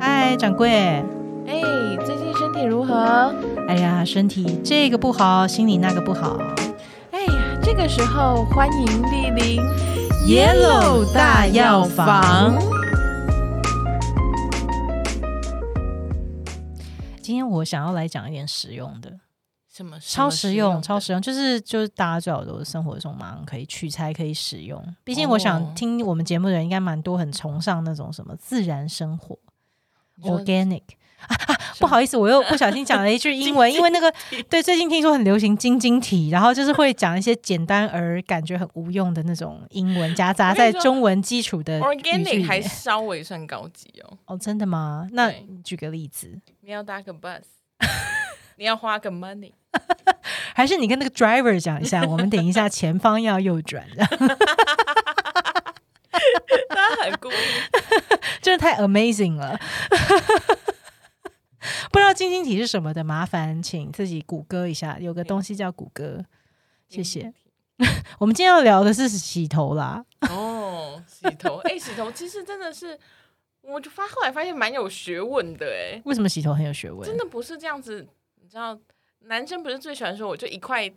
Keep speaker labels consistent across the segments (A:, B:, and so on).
A: 嗨，掌柜。
B: 哎，最近身体如何？
A: 哎呀，身体这个不好，心里那个不好。
B: 哎呀，这个时候欢迎莅临
A: Yellow 大药房。今天我想要来讲一点实用的，
B: 什么
A: 超实用，超
B: 实
A: 实用，就是就是大家最好都是生活中马上可以取材可以使用。毕竟
B: 哦
A: 我想听我们节目的人应该蛮多，很崇尚那种什么自然生活
B: 你说
A: ，organic。不啊好意思，我又不小心讲了一句英 文，因为那个对最近听说很流行晶晶体，然后就是会讲一些简单而感觉很无用的那种英文，夹杂在
B: 我跟你说
A: 中文基础的语句里面
B: organic 还稍微算高级哦。
A: 哦，真的吗？那
B: 对
A: 你举个例子，
B: 你要搭个 bus，你要花个 money，
A: 还是你跟那个 driver 讲一下，我们等一下前方要右 转，
B: 他很故意。
A: 真的太 amazing 了。 不知道晶晶体是什么的，麻烦请自己谷歌一下，有个东西叫谷歌。 谢谢。我们今天要聊的是洗头啦，
B: 哦，洗头，哎、洗头其实真的是，我就发后来发现蛮有学问的、哎，
A: 为什么洗头很有学问？
B: 真的不是这样子，你知道，男生不是最喜欢说我就一块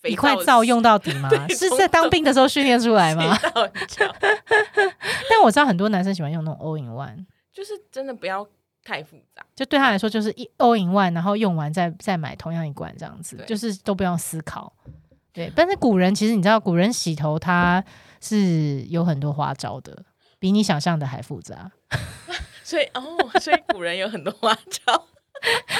B: 肥
A: 一块皂用到底吗？
B: 对
A: 是
B: 从
A: 在当兵的时候训练出来 吗？
B: 洗到你知道
A: 但我知道很多男生喜欢用那种 all in one，
B: 就是真的不要太复杂，
A: 就对他来说就是一 all in one，然后用完再再买同样一罐这样子，
B: 对
A: 就是都不用思考。对，但是古人其实你知道，古人洗头他是有很多花招的，比你想象的还复杂。
B: 所以哦，所以古人有很多花招。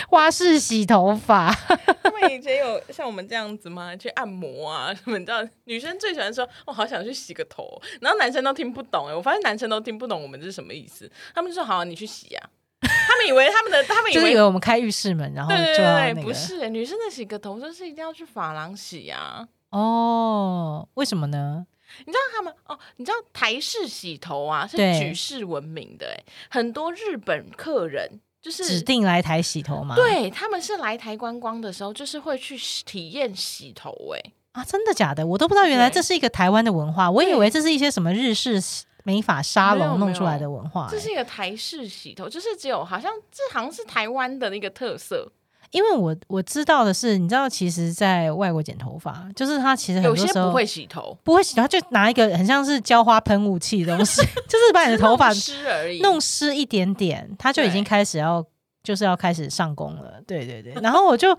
A: 花式洗头 发，
B: 他们以前有像我们这样子吗？去按摩啊什么？你知道，女生最喜欢说“我好想去洗个头”，然后男生都听不懂哎、我发现男生都听不懂我们这是什么意思。他们就说：“好、你去洗啊。”他们以为他们的，他们以
A: 就是以
B: 为
A: 为我们开浴室门，然后
B: 对对
A: 就要
B: 对
A: 那
B: 对，
A: 个
B: 不是、欸、女生的洗个头就是一定要去发廊洗啊。
A: 哦？为什么呢？
B: 你知道他们哦？你知道台式洗头啊是
A: 对
B: 举世闻名的哎、很多日本客人就是
A: 指定来台洗头吗？
B: 对，他们是来台观光的时候，就是会去洗体验洗头、哎，
A: 啊，真的假的？我都不知道，原来
B: 对
A: 这是一个台湾的文化，我以
B: 对
A: 为这是一些什么日式美发沙
B: 没有
A: 龙弄
B: 没
A: 出来
B: 有
A: 的文化、
B: 这
A: 欸
B: 是一个台式洗头，就是只有好像这好像是台湾的那个特色，
A: 因为我我知道的是，你知道，其实，在外国剪头发，就是他其实很
B: 有
A: 多
B: 些
A: 时候
B: 不会洗头，
A: 不会洗，他就拿一个很像是浇花喷雾器的东西， 就是把你的
B: 只是
A: 头发
B: 弄湿而已，
A: 弄湿一点点，他就已经
B: 对
A: 开始要。就是要开始上工了，对对对。然后我就，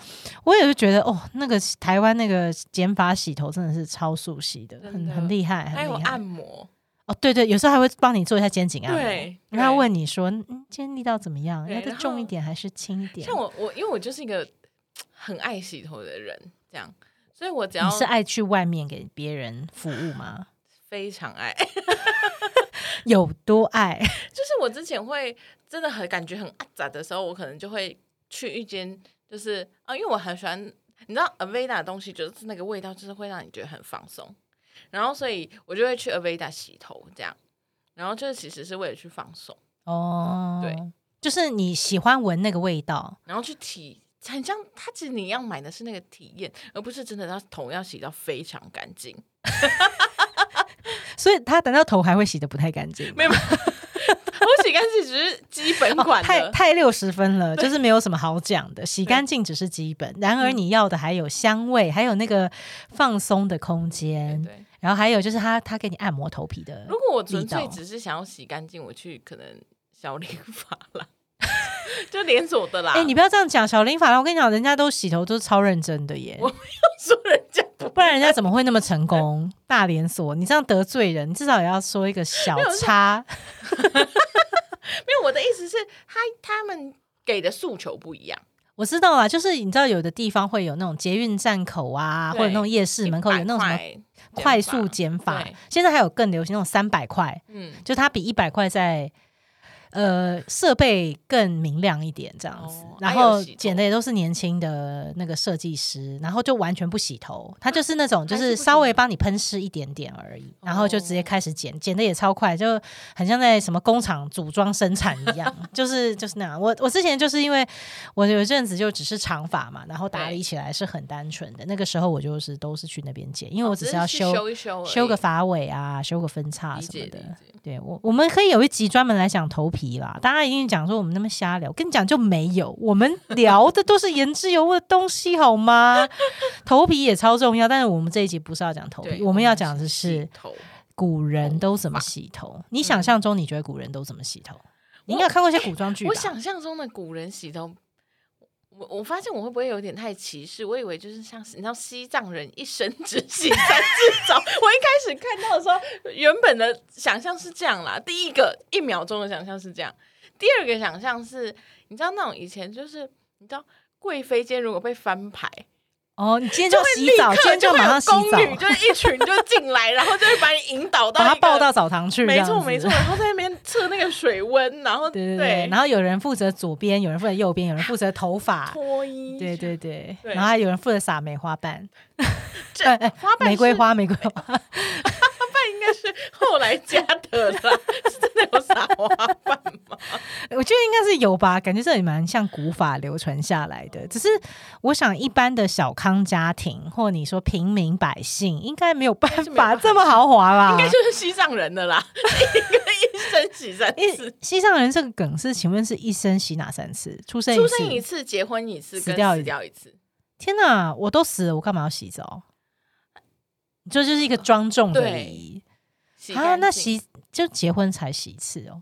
A: 我也是觉得，哦，那个台湾那个剪发洗头真的是超速洗的，
B: 真
A: 很
B: 的
A: 很厉害，
B: 还
A: 很
B: 有
A: 厉害
B: 按。摩，
A: 哦，对对，有时候还会帮你做一下肩颈按摩。啊
B: 对，
A: 然后他哦
B: 对。
A: 问你说：“嗯，今天力道怎么样？
B: 对
A: 要再
B: 然后
A: 重一点还是轻一点？”
B: 像我我因为我就是一个很爱洗头的人，这样，所以我只要
A: 你是爱去外面给别人服务 吗？
B: 非常爱，
A: 有多爱？
B: 就是我之前会真的很感觉很阿杂的时候，我可能就会去一间，就是啊，因为我很喜欢，你知道 Aveda 的东西就是那个味道，就是会让你觉得很放松，然后所以我就会去 Aveda 洗头这样，然后就是其实是为了去放松，
A: 哦，
B: 对，
A: 就是你喜欢闻那个味道，
B: 然后去体。很像，它其实你要买的是那个体验，而不是真的要头要洗到非常干净。
A: 所以他等到头还会洗的不太干净吗。
B: 没有，没有我洗干净只是基本款的，
A: 哦太太六十分了，就是没有什么好讲的，洗干净只是基本。然而
B: 嗯
A: 你要的还有香味，还有那个放松的空间，
B: 对。
A: 然后还有就是他他给你按摩头皮的，
B: 如果我纯
A: 力
B: 粹
A: 道
B: 只是想要洗干净，我去可能小理发啦， 就连锁的啦。
A: 哎、你不要这样讲，小林法郎，我跟你讲，人家都洗头都是超认真的耶，
B: 我说人家不
A: 不然人家怎么会那么成功？ 大连锁，你这样得罪人，你至少也要说一个小差。
B: 没有我的意思是，他他们给的诉求不一样，
A: 我知道啦，就是你知道有的地方会有那种捷运站口啊，或
B: 对
A: 者那种夜市门口有那种什么
B: 100块
A: 快速减法
B: 对，
A: 现在还有更流行那种三百块，
B: 嗯，
A: 就它比一百块在呃设备更明亮一点这样子，
B: 哦
A: 然
B: 还
A: 后
B: 有洗头
A: 剪的也都是年轻的那个设计师，然后就完全不洗头，他就是那种就
B: 还
A: 是
B: 是不
A: 稍
B: 洗
A: 微
B: 头
A: 帮你喷湿一点点而已，然后就直接
B: 哦
A: 开始剪，剪的也超快，就很像在什么工厂组装生产一样， 就是就是那样。我我之前就是因为我有一阵子就只是长发嘛，然后打
B: 对
A: 理起来是很单纯的，那个时候我就是都是去那边剪，因为
B: 哦
A: 我只
B: 只
A: 是要
B: 去
A: 修
B: 修一修而已，
A: 修个发尾啊，修个分叉
B: 理
A: 什么
B: 解理
A: 的。
B: 解。
A: 对我，我们可以有一集专门来讲头皮啦。大家一定讲说我们那么瞎聊，跟你讲就没有，我们聊的都是言之有物的东西，好吗？ 头皮也超重要，但是我们这一集不是要讲头皮，
B: 对，
A: 我们要讲的
B: 洗
A: 是
B: 头。嗯
A: 古人都怎么洗头。你想象中你觉得古人都怎么洗头？你应该有看过一些古装剧吧？
B: 我想象中的古人洗头，我我发现我会不会有点太歧视？我以为就是像你知道西藏人一生 只洗三次澡。我一开始看到的时候，原本的想象是这样啦，第一个一秒钟的想象是这样，第二个想象是，你知道那种以前就是你知道。贵妃间如果被翻牌，
A: 哦，你今天就
B: 就
A: 要
B: 会
A: 洗澡，
B: 立刻
A: 今天
B: 就
A: 马上洗
B: 会有
A: 澡，
B: 宫女就是一群就进来，然后就会把你引导到
A: 把它
B: 一个
A: 抱到澡堂去。
B: 没
A: 这样
B: 错
A: 子
B: 没错，。然后在那边测那个水温，然 后
A: 对对对，然后有人负责左边，有人负责右边，有人负责头 发，
B: 脱衣，
A: 对对对，
B: 对
A: 然后还有人负责撒梅花瓣，
B: 这
A: 哎哎
B: 花瓣
A: 玫瑰
B: 是
A: 花，玫瑰花，
B: 应该是后来加的啦， 是真的有撒花瓣吗？
A: 我觉得应该是有吧，感觉这也蛮像古法流传下来的。只是我想，一般的小康家庭，或你说平民百姓，应该没有办
B: 没有
A: 法
B: 办法
A: 这么豪华吧？
B: 应该就是西藏人的啦，一个一生洗三次
A: 一，西藏人这个梗是，请问是一生洗哪三次？出生
B: 出
A: 一
B: 生一
A: 次？
B: 次，结婚一次，
A: 死
B: 跟
A: 掉一
B: 死
A: 次
B: 掉一次。
A: 天哪，我都死了，我干嘛要洗澡？这就是一个庄重的
B: 对
A: 礼仪
B: 洗
A: 啊！
B: 干
A: 那
B: 净
A: 洗就结婚才洗一次 哦。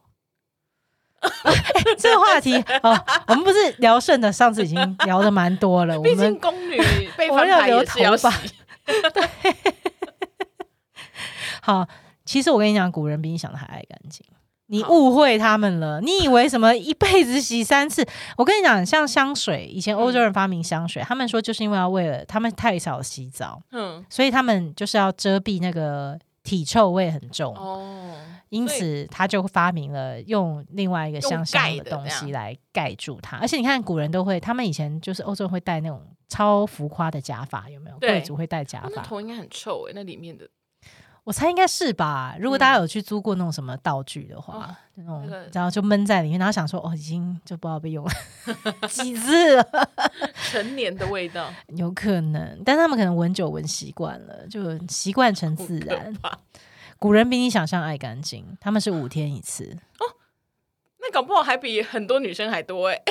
A: 哎这个话题哦，我们不是聊剩的，上次已经聊的蛮多 了。我
B: 毕竟
A: 们
B: 宫女被
A: 我们
B: 翻
A: 要
B: 牌
A: 留
B: 也是要
A: 头
B: 洗
A: 发，好，其实我跟你讲，古人比你想的还爱干净。你
B: 好
A: 误会他们了，你以为什么一辈子洗三次？我跟你讲，像香水，以前欧
B: 嗯
A: 洲人发明香水，他们说就是因为要为了他们太少洗澡，
B: 嗯，
A: 所以他们就是要遮蔽那个体臭味很重。
B: 哦，
A: 因
B: 所以
A: 此，他就发明了用另外一个
B: 用
A: 香香
B: 盖
A: 的
B: 的
A: 东
B: 这样
A: 西来盖住它。而且你看，古人都会，他们以前就是欧洲人会戴那种超浮夸的假发，有没有？
B: 对
A: 贵族会戴假
B: 哦那
A: 发，
B: 头应该很臭哎，那里面的
A: 我猜应该是吧。如果大家有去租过那种什么道具的话，就
B: 嗯哦
A: 那种
B: 那个
A: 然后就闷在里面，然后想说哦，已经就不知道被 用了几次了，
B: 成年的味 道，
A: 有可能。但他们可能闻久闻习惯了，就习惯成自然。古人比你想象爱干净，他们是五天一次。
B: 那搞不好还比很多女生还多哎。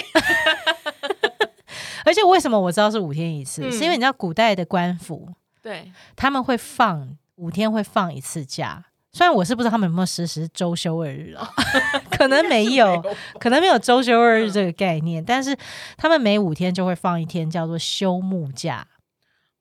A: 而且为什么我知道是五天一次，
B: 嗯
A: 是因为你知道古代的官府
B: 对，
A: 他们会放五天会放一次假，虽然我是不知道他们有没有实施周休二日 啊，可能没有，可能没有周休二日这个概念，但是他们每五天就会放一天叫做休沐假，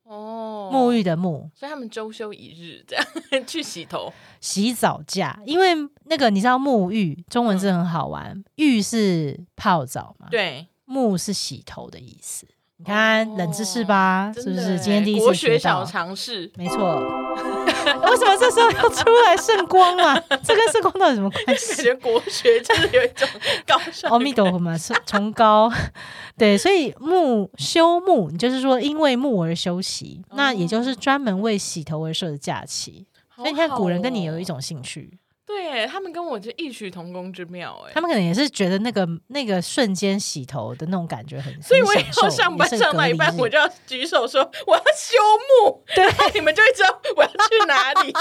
B: 哦，
A: 沐浴的沐，
B: 所以他们周休一日这样 去洗头，
A: 洗澡假，因为那个你知道沐浴中文字很好玩，浴是泡澡嘛，
B: 嗯对，
A: 沐是洗头的意思。你看、
B: 哦
A: 冷知识吧，是
B: 真
A: 不
B: 的
A: 是？
B: 欸
A: 今天第一次
B: 国学
A: 学到
B: 小常识，
A: 没错。为什么这时候要出来圣光 啊？这跟圣光到底有什么关
B: 感
A: 系？
B: 觉国学就是有一种高尚。
A: 阿弥陀佛 嘛，是崇高。对，所以沐休沐，你就是说因为沐而休息，
B: 哦
A: 那也就是专门为洗头而设的假期。
B: 好好哦哦
A: 所以你看，古人跟你有一种兴趣，
B: 对欸他们跟我就异曲同工之妙哎。
A: 他们可能也是觉得那个那个瞬间洗头的那种感觉很，
B: 所以我以
A: 很享受
B: 后上班
A: 也是
B: 上到
A: 隔
B: 一
A: 离
B: 半，
A: 日
B: 我就要举手说我要休沐，对，然后你们就会知道我要去哪里，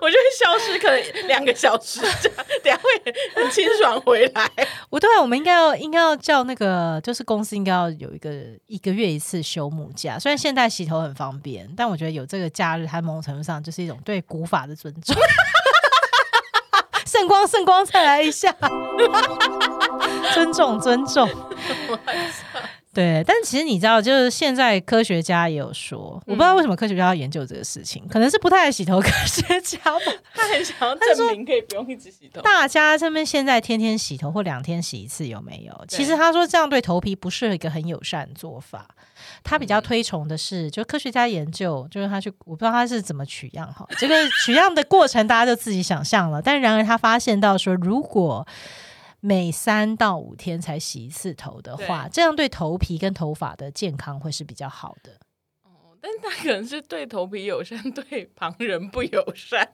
B: 我就会消失可能两个小时这样，等一下会很清爽回来。
A: 我对啊，我们应该要应该要叫那个，就是公司应该要有一个一个月一次休母假。虽然现在洗头很方便，但我觉得有这个假日，它某种程度上就是一种对古法的尊重。圣光，圣光，再来一下，尊重，尊重。对，但其实你知道，就是现在科学家也有说，我不知道为什么科学家要研究这个事情，可能是不太爱洗头科学家吧。
B: 他很想要证明可以不用一直洗头，
A: 大家这边现在天天洗头或两天洗一次有没有？
B: 对
A: 其实他说这样对头皮不是一个很友善的做法，他比较推崇的是，就科学家研究，就是他去，我不知道他是怎么取样哈， 这个取样的过程大家就自己想象了。但然而他发现到说，如果每三到五天才洗一次头的话，这样对头皮跟头发的健康会是比较好的。
B: 哦但是他可能是对头皮友善，对旁人不友善。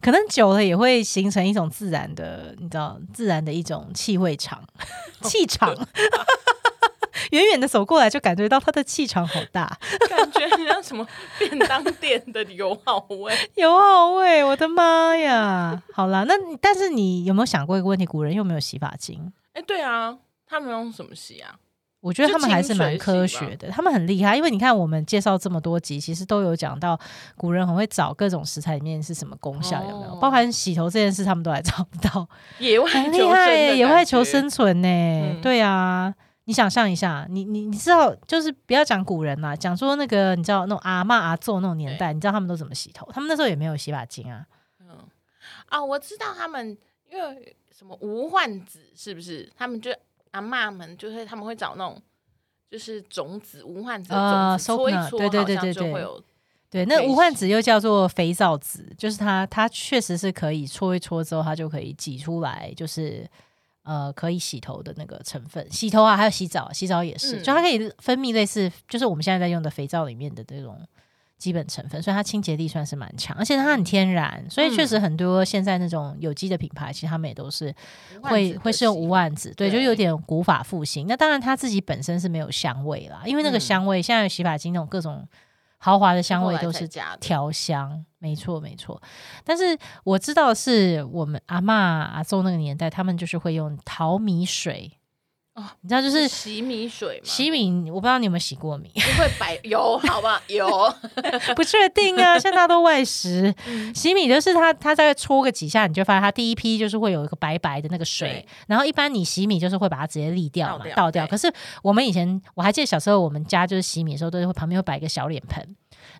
A: 可能久了也会形成一种自 然的，你知道，自然的一种气味场，气场。 远远的走过来就感觉到他的气场好大，
B: 感觉很像什么便当店的油耗 味。
A: 有好味，我的妈呀！好啦，那你但是你有没有想过一个问题？古人又没有洗发精，
B: 哎、对啊，他们用什么洗啊？
A: 我觉得
B: 就
A: 他们还是蛮
B: 清
A: 科
B: 水洗吧
A: 学的，他们很厉害。因为你看我们介绍这么多集，其实都有讲到古人很会找各种食材里面是什么功效，有没有？
B: 哦
A: 包含洗头这件事，他们都还找不到。
B: 野外
A: 很
B: 求
A: 厉
B: 生
A: 害
B: 的
A: 啊耶，野
B: 感
A: 外求
B: 觉
A: 生存呢、
B: 嗯
A: 对啊，你想象一下，你你你知道，就是不要讲古人啦，讲说那个你知道那种阿嬷阿祖那种年代，你知道他们都怎么洗头？他们那时候也没有洗发精啊。
B: 嗯啊，我知道他们因为什么无患子是不是？他们就阿嬷们就会他们会找那种就是种子无患子的
A: 啊
B: 种子搓一
A: soap nut，
B: 搓，
A: 对对对
B: 好
A: 对
B: 像就
A: 对
B: 会有
A: 对，那
B: 可以
A: 无患子又叫做肥皂子，就是它它确实是可以搓一搓之后，它就可以挤出来，就是。呃，可以洗头的那个成分，洗头啊，还有洗澡，洗澡也是，
B: 嗯
A: 就它可以分泌类似，就是我们现在在用的肥皂里面的这种基本成分，所以它清洁力算是蛮强，而且它很天然，所以确实很多现在那种有机的品牌，其实他们也都是
B: 无患
A: 会
B: 子
A: 会
B: 的
A: 是用
B: 洗
A: 无万子，对，就
B: 对
A: 有点古法复兴。那当然它自己本身是没有香味啦，因为那个
B: 嗯
A: 香味、现在有洗发精那种各种豪华的香
B: 后
A: 味
B: 来
A: 都
B: 才
A: 是
B: 加的嗯
A: 调香，没错没错。但是我知道是我们阿嬷阿宗那个年代，他们就是会用淘米水
B: 哦
A: 你知道就是
B: 洗米水嘛，
A: 洗米，我不知道你有没有洗过米，
B: 不会白 有好吧？ 有
A: 不确定啊，现在大家都外食。
B: 嗯
A: 洗米就是它，它大概搓个几下，你就发现它第一批就是会有一个白白的那个水
B: 对，
A: 然后一般你洗米就是会把它直接沥掉嘛
B: 倒，掉
A: 倒掉。
B: 对
A: 可是我们以前我还记得小时候我们家就是洗米的时候，都是会旁边会摆一个小脸盆，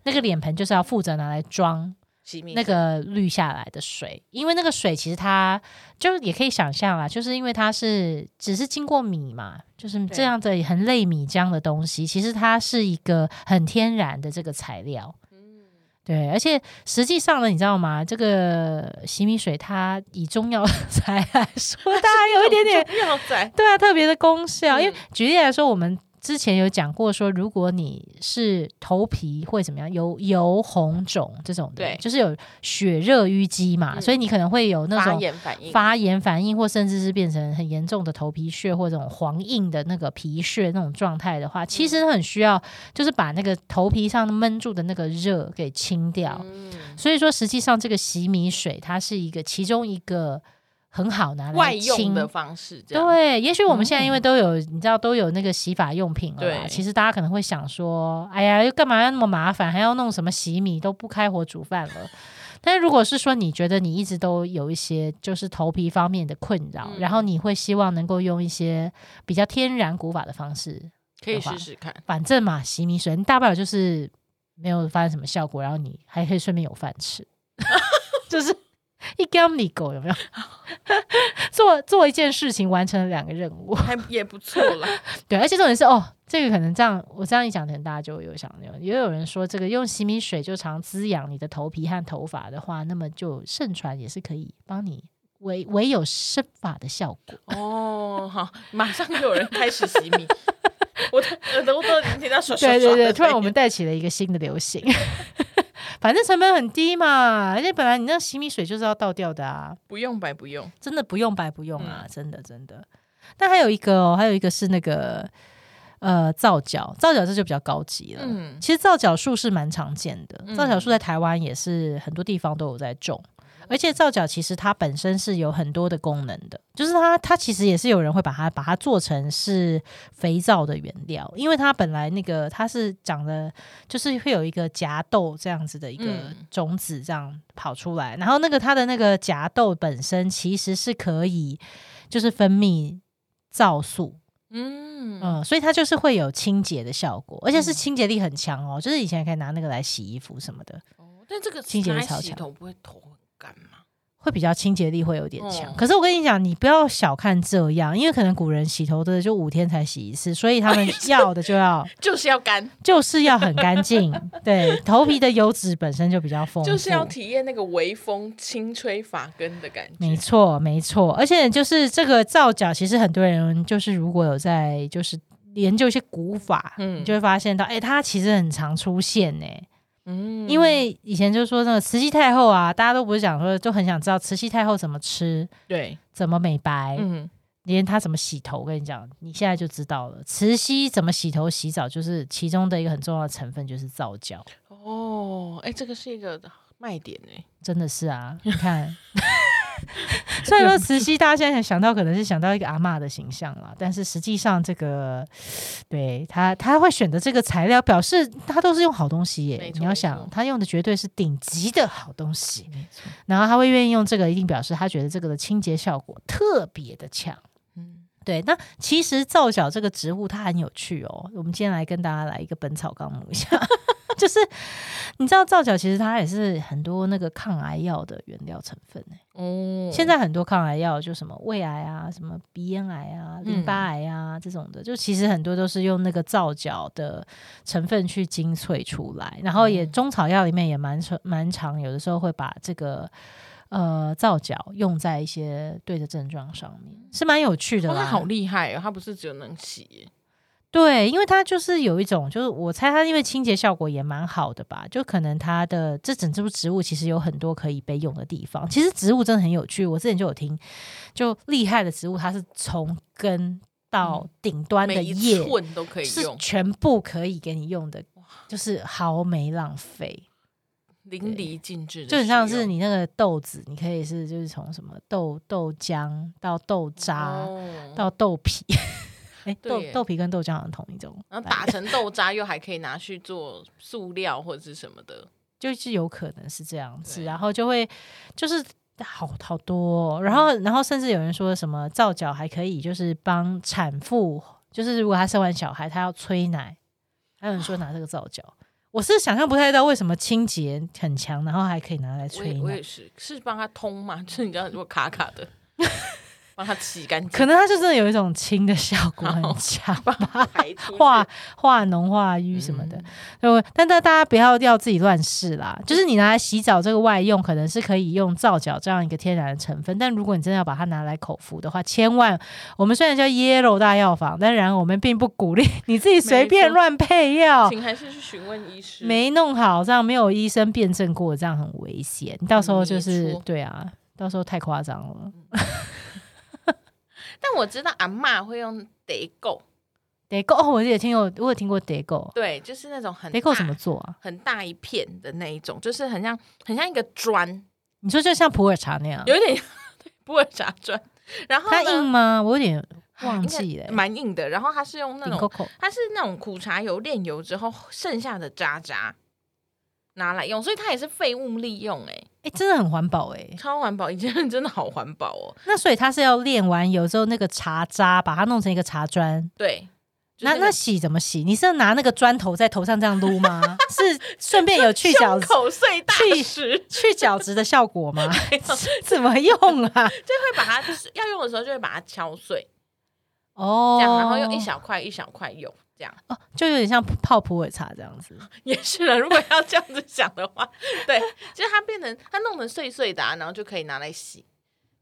A: 那个脸盆就是要负责拿来装
B: 洗米
A: 那
B: 水
A: 个滤下来的水，因为那个水其实它就也可以想象啦，就是因为它是只是经过米嘛，就是这
B: 对
A: 样的很类米浆的东西，其实它是一个很天然的这个材料。对，而且实际上呢，你知道吗？这个洗米水它以中药 材来说，它有一点点
B: 中药材，
A: 对啊，特别的功效。因为
B: 嗯
A: 举例来说，我们之前有讲过说，如果你是头皮会怎么样，有油红肿这种的，
B: 对
A: 就是有血热淤积嘛，
B: 嗯
A: 所以你可能会有那
B: 发
A: 种
B: 炎反应，
A: 发炎反应，或甚至是变成很严重的头皮屑或这种黄硬的那个皮屑那种状态的
B: 嗯
A: 话，其实很需要就是把那个头皮上闷住的那个热给清掉。
B: 嗯，
A: 所以说，实际上这个洗米水它是一个其中一个很好拿
B: 外
A: 来
B: 用
A: 清
B: 的方式这样，
A: 对，也许我们现在因为
B: 嗯
A: 都有，你知道都有那个洗发用品了啦。
B: 对
A: 其实大家可能会想说，哎呀，又干嘛要那么麻烦，还要弄什么洗米，都不开火煮饭了。但是如果是说你觉得你一直都有一些就是头皮方面的困扰，
B: 嗯
A: 然后你会希望能够用一些比较天然古法的方式，
B: 可以
A: 的话
B: 试试看。
A: 反正嘛，洗米水你大不了就是没有发生什么效果，然后你还可以顺便有饭吃， 就是一 gam 里狗有没有？ 做做一件事情完成了两个任务，
B: 还也不错啦，
A: 对，而且重点是哦，这个可能这样，我这样一讲，可能大家就有想有，也有人说这个用洗米水就常滋养你的头皮和头发的话，那么就盛传也是可以帮你唯唯有生发的效果。
B: 哦，好，马上就有人开始洗米， 我的耳朵都已经听到刷刷
A: 对对
B: 刷的声
A: 对，
B: 音。
A: 突然我们带起了一个新的流行， 反正成本很低嘛，而且本来你那洗米水就是要倒掉的啊，
B: 不用白不用，
A: 真的不用白不用
B: 嗯
A: 啊，真的真的。但还有一个哦，还有一个是那个呃皂角，皂角这就比较高级了。
B: 嗯，
A: 其实皂角树是蛮常见的，
B: 嗯
A: 皂角树在台湾也是很多地方都有在种，而且皂角其实它本身是有很多的功能的，就是它它其实也是有人会把它把它做成是肥皂的原料，因为它本来那个它是长得就是会有一个夹豆这样子的一个
B: 嗯
A: 种子这样跑出来，然后那个它的那个夹豆本身其实是可以就是分泌皂素，
B: 嗯
A: 嗯，所以它就是会有清洁的效果，而且是
B: 嗯
A: 清洁力很强哦。就是以前可以拿那个来洗衣服什么的，
B: 哦但这个
A: 清洁
B: 拿
A: 力
B: 来
A: 超
B: 洗
A: 强
B: 头不会头很干吗？
A: 会比较清洁力会有点强。
B: 哦
A: 可是我跟你讲，你不要小看这样，因为可能古人洗头的就五天才洗一次，所以他 们要的就要
B: 就是要干，
A: 就是要很干净，对，头皮的油脂本身就比较丰富，
B: 就是要体验那个微风轻吹发根的感觉。
A: 没错，没错，而且就是这个皂角，其实很多人就是如果有在就是研究一些古法，
B: 嗯
A: 你就会发现到，哎、它其实很常出现呢、
B: 嗯
A: 因为以前就说那个慈禧太后啊，大家都不是讲说就很想知道慈禧太后怎么吃、
B: 对，
A: 怎么美白，
B: 嗯，
A: 连他怎么洗头，我跟你讲，你现在就知道了。慈禧怎么洗头洗澡，就是其中的一个很重要的成分，就是皂胶。
B: 哦，哎，这个是一个卖点哎、
A: 真的是啊， 你看。虽然说慈禧，大家现在想到可能是想到一个阿嬷的形象啦，但是实际上这个，对他他会选择这个材料，表示他都是用好东西耶
B: 没。错
A: 你要
B: 没
A: 想
B: 错，
A: 他用的绝对是顶级的好东西，
B: 没错，
A: 然后他会愿意用这个，一定表示他觉得这个的清洁效果特别的强。
B: 嗯，
A: 对，那其实皂角这个植物它很有趣哦。我们今天来跟大家来一个本草纲目一下， 就是你知道皂角其实它也是很多那个抗癌药的原料成分耶
B: 哦，
A: 现在很多抗癌药，就什么胃癌啊、什么鼻咽癌啊、淋巴癌啊、这种的，就其实很多都是用那个皂角的成分去精粹出来，然后也
B: 嗯
A: 中草药里面也蛮常蛮常，有的时候会把这个。呃，皂角用在一些对的症状上面是蛮有趣的
B: 哇，
A: 啦。
B: 他好厉害哦，他不是只有能洗耶，
A: 对，因为它就是有一种，就是我猜它因为清洁效果也蛮好的吧，就可能它的这整株植物其实有很多可以被用的地方。其实植物真的很有趣，我之前就有听，就厉害的植物它是从根到
B: 嗯
A: 顶端的
B: 每一
A: 叶、
B: 寸都可以
A: 是
B: 用，
A: 全部可以给你用的，就是毫没浪费。
B: 淋漓尽致的使
A: 就
B: 哦用，
A: 很像是你那个豆子，你可以是就是从什么豆豆浆到豆渣、
B: 哦
A: 到豆皮， 哎、
B: 对
A: 豆
B: 耶
A: 豆皮跟豆浆好像同一种来源，
B: 然后打成豆渣，又还可以拿去做塑料或者是什么的。
A: 就是有可能是这样子，
B: 对
A: 然后就会就是好好多哦、然后然后甚至有人说什么皂角还可以就是帮产妇，就是如果她生完小孩，她要催奶，还有人说拿这个皂角，我是想象不太到为什么清洁很强，然后还可以拿来
B: 我
A: 催
B: 也我
A: 奶
B: 也，是，是帮他通嘛？ 就是你知道，如果卡卡 的，帮他洗干净，
A: 可能它就真的有一种清的效果 很
B: 好
A: 强，
B: 帮他排出去
A: 化化脓化瘀什么的。
B: 嗯
A: 对，但但大家不要要自己乱试啦。就是你拿来洗澡这个外用，可能是可以用皂角这样一个天然的成分，但如果你真的要把它拿来口服的话，千万我们虽然叫 Yellow 大药房，但然而我们并不鼓励你自己随便乱配药。
B: 请还是去询问医师。
A: 哦没弄好，这样没有医生辨证过，这样很危险。到时候就
B: 嗯没
A: 是
B: 错
A: 对啊，到时候太夸张了。
B: 但我知道阿嬷会用得垢，
A: 得够、哦，我也听有，我有听过得够，
B: 对，就是那种很
A: 得够
B: 大
A: 怎么做啊？
B: 很大一片的那一种，就是很像很像一个砖，
A: 你说就像普洱茶那样，
B: 有一 点普洱茶砖。然后
A: 它
B: 呢
A: 硬吗？我有点
B: 哎
A: 忘
B: 应该
A: 记了、欸。
B: 蛮硬的。然后它是用那
A: 顶
B: 种
A: Coco
B: 它是那种苦茶油炼油之后剩下的渣渣拿来用，所以它也是废物利用、欸，
A: 哎、真的很环保哎、
B: 超环保。以前人真的好环保哦，
A: 那所以它是要炼完油之后，那个茶渣把它弄成一个茶砖。
B: 对，就
A: 那
B: 是
A: 那洗怎么洗？你是拿那个砖头在头上这样撸吗？ 是顺便有去角
B: 胸口碎大
A: 去
B: 石，
A: 去角质的效果吗？
B: 有
A: 怎么用啊？
B: 会把它 就是要用的时候就会把它敲碎，
A: 哦，
B: 这样，然后用一小块一小块用，这样
A: 哦，就有点像泡普洱茶这样子。
B: 也是了。如果要这样子想的话， 对，其实它变成它弄成碎碎的、啊，然后就可以拿来洗。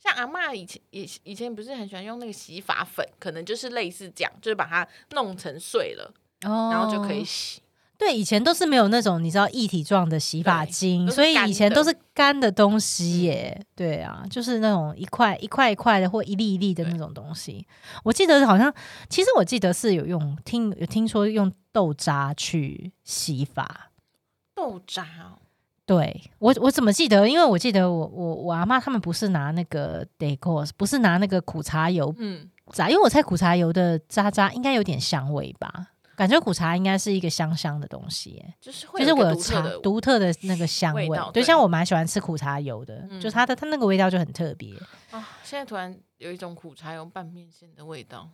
B: 像阿嬷以前以以前不是很喜欢用那个洗发粉，可能就是类似这样，就是把它弄成碎了，
A: 哦
B: 然后就可以洗。
A: 对，以前都是没有那种你知道一体状的洗发
B: 对
A: 精，
B: 都是
A: 所以
B: 干
A: 以前都
B: 的嗯
A: 是干的东西耶。对啊，就是那种一块一块一块的或一粒一粒的那
B: 对
A: 种东西。我记得好像，其实我记得是有用听有听说用豆渣去洗发。
B: 豆渣哦，
A: 对我我怎么记得？因为我记得我我我阿妈他们不是拿那个 decor，不是拿那个苦茶油
B: 嗯，
A: 渣，因为我猜苦茶油的渣渣应该有点香味吧。感觉苦茶应该是一个香香的东西耶、
B: 就是会
A: 就是
B: 一个
A: 我有
B: 独特
A: 茶
B: 的
A: 独特的那个香味，
B: 味道
A: 对，
B: 对
A: 像我蛮喜欢吃苦茶油的，
B: 嗯
A: 就它的它那个味道就很特别。
B: 啊！现在突然有一种苦茶油拌面线的味道，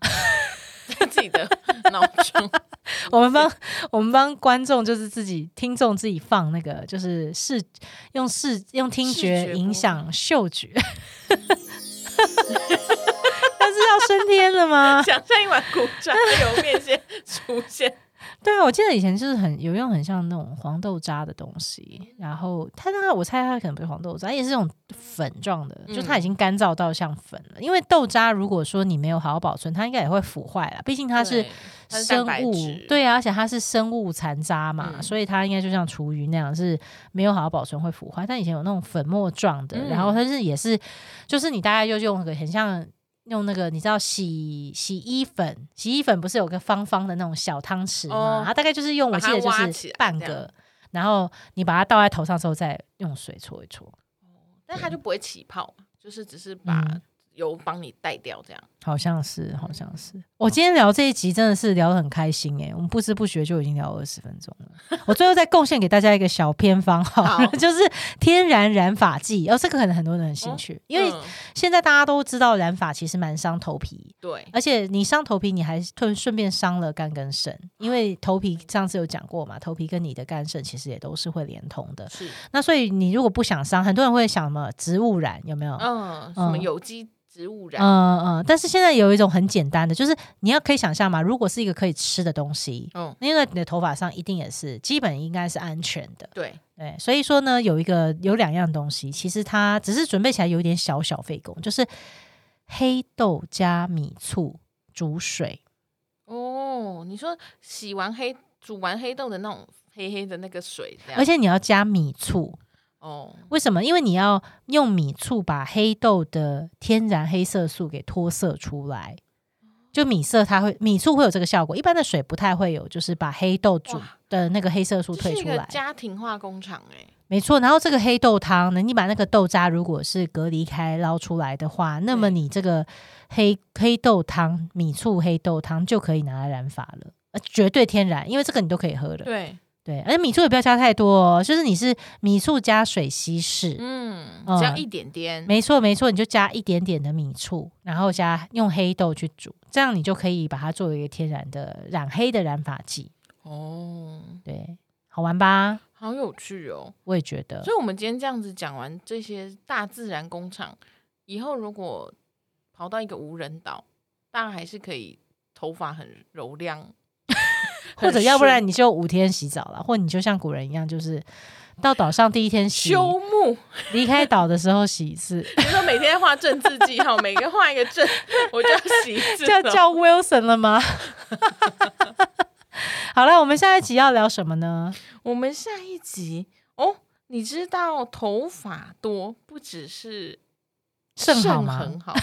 B: 在自己的脑中。
A: 我们帮我们帮观众就是自己听众自己放那个，就是视用视用听
B: 视
A: 觉
B: 觉
A: 影
B: 播
A: 响嗅觉。 但是要升天了吗？
B: 想象一碗苦茶油面线出现，
A: 对啊，我记得以前就是很有用，很像那种黄豆渣的东西。然后它那个我猜它可能不是黄豆渣，也是这种粉状的，就它已
B: 嗯
A: 经干燥到像粉了。因为豆渣如果说你没有好好保存，它应该也会腐坏啦，毕竟它是
B: 对 它是
A: 生
B: 蛋白
A: 物
B: 质，
A: 对啊，而且它是生物残渣嘛，
B: 嗯
A: 所以它应该就像厨余那样是没有好好保存会腐坏。但以前有那种粉末状的，
B: 嗯
A: 然后它是也是，就是你大概就用个很像用那个你知道洗洗衣粉，洗衣粉不是有个方方的那种小汤匙吗？
B: 哦
A: 它大概就是用，我
B: 把
A: 记
B: 它
A: 得就
B: 挖起
A: 是
B: 来
A: 半
B: 这
A: 个，然后你把它倒在头上之后，再用水搓一搓，
B: 但它就不会起泡嘛，就是只是把
A: 嗯
B: 油帮你带掉这样。
A: 好像是，好像是。
B: 嗯
A: 我今天聊这一集真的是聊得很开心欸诶、我们不知不觉就已经聊二十分钟了。 我最后再贡献给大家一个小偏方哈
B: 好，
A: 就是天然染发剂。哦，这个可能很多人很兴趣，因为
B: 嗯
A: 现在大家都知道染发其实蛮伤头皮，
B: 对，
A: 而且你伤头皮，你还顺顺便伤了肝跟肾，因为头皮上次有讲过嘛，头皮跟你的肝肾其实也都是会连通的。
B: 是，
A: 那所以你如果不想伤，很多人会想什么植物染有没有？嗯
B: 嗯，什么
A: 嗯
B: 有机植物染，
A: 嗯但是现在有一种很简单的，就是你要可以想象嘛，如果是一个可以吃的东西，
B: 嗯，
A: 因为你的头发上一定也是基本应该是安全的，
B: 对，
A: 对，所以说呢，有一个有两样东西，其实它只是准备起来有一点小小费工，就是黑豆加米醋煮水，
B: 哦，你说洗完黑煮完黑豆的那种黑黑的那个水，这样，
A: 而且你要加米醋，
B: 哦，
A: 为什么？因为你要用米醋把黑豆的天然黑色素给脱色出来。就米色，它会米醋会有这个效果，一般的水不太会有，就是把黑豆煮
B: 哇
A: 的那个黑色素
B: 这
A: 退
B: 是一
A: 出
B: 个
A: 来。
B: 家庭化工厂哎、
A: 没错，然后这个黑豆汤呢，你把那个豆渣如果是隔离开捞出来的话，那么
B: 对
A: 你这个黑黑豆汤、米醋黑豆汤就可以拿来染发了，呃，绝对天然，因为这个你都可以喝了。
B: 对，
A: 对，而且米醋也不要加太多哦，就是你是米醋加水稀释，
B: 嗯，
A: 嗯
B: 只要一点点，
A: 没错没错，你就加一点点的米醋，然后加用黑豆去煮，这样你就可以把它作为一个天然的染黑的染发剂。
B: 哦，
A: 对，好玩吧？
B: 好有趣哦。
A: 我也觉得
B: 所以，我们今天这样子讲完这些大自然工厂，以后如果跑到一个无人岛，大家还是可以头发很柔亮，
A: 或者
B: 很
A: 要不然
B: 顺
A: 你就五天洗澡了，或你就像古人一样，就是到岛上第一天洗，
B: 修木。
A: 离开岛的时候洗一 次，
B: 你说每天画政治记号，每个画一个政， 我就要洗一次
A: 叫
B: 了
A: 叫 Wilson 了吗？ 好了，我们下一集要聊什么呢？
B: 我们下一集哦，你知道头发多不只是
A: 肾好
B: 肾
A: 吗
B: 很？好，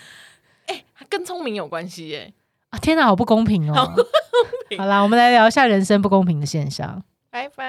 B: 哎、它跟聪明有关系耶。
A: 啊，天哪，好不公平哦！
B: 平
A: 好啦，我们来聊一下人生不公平的现象。
B: 拜拜。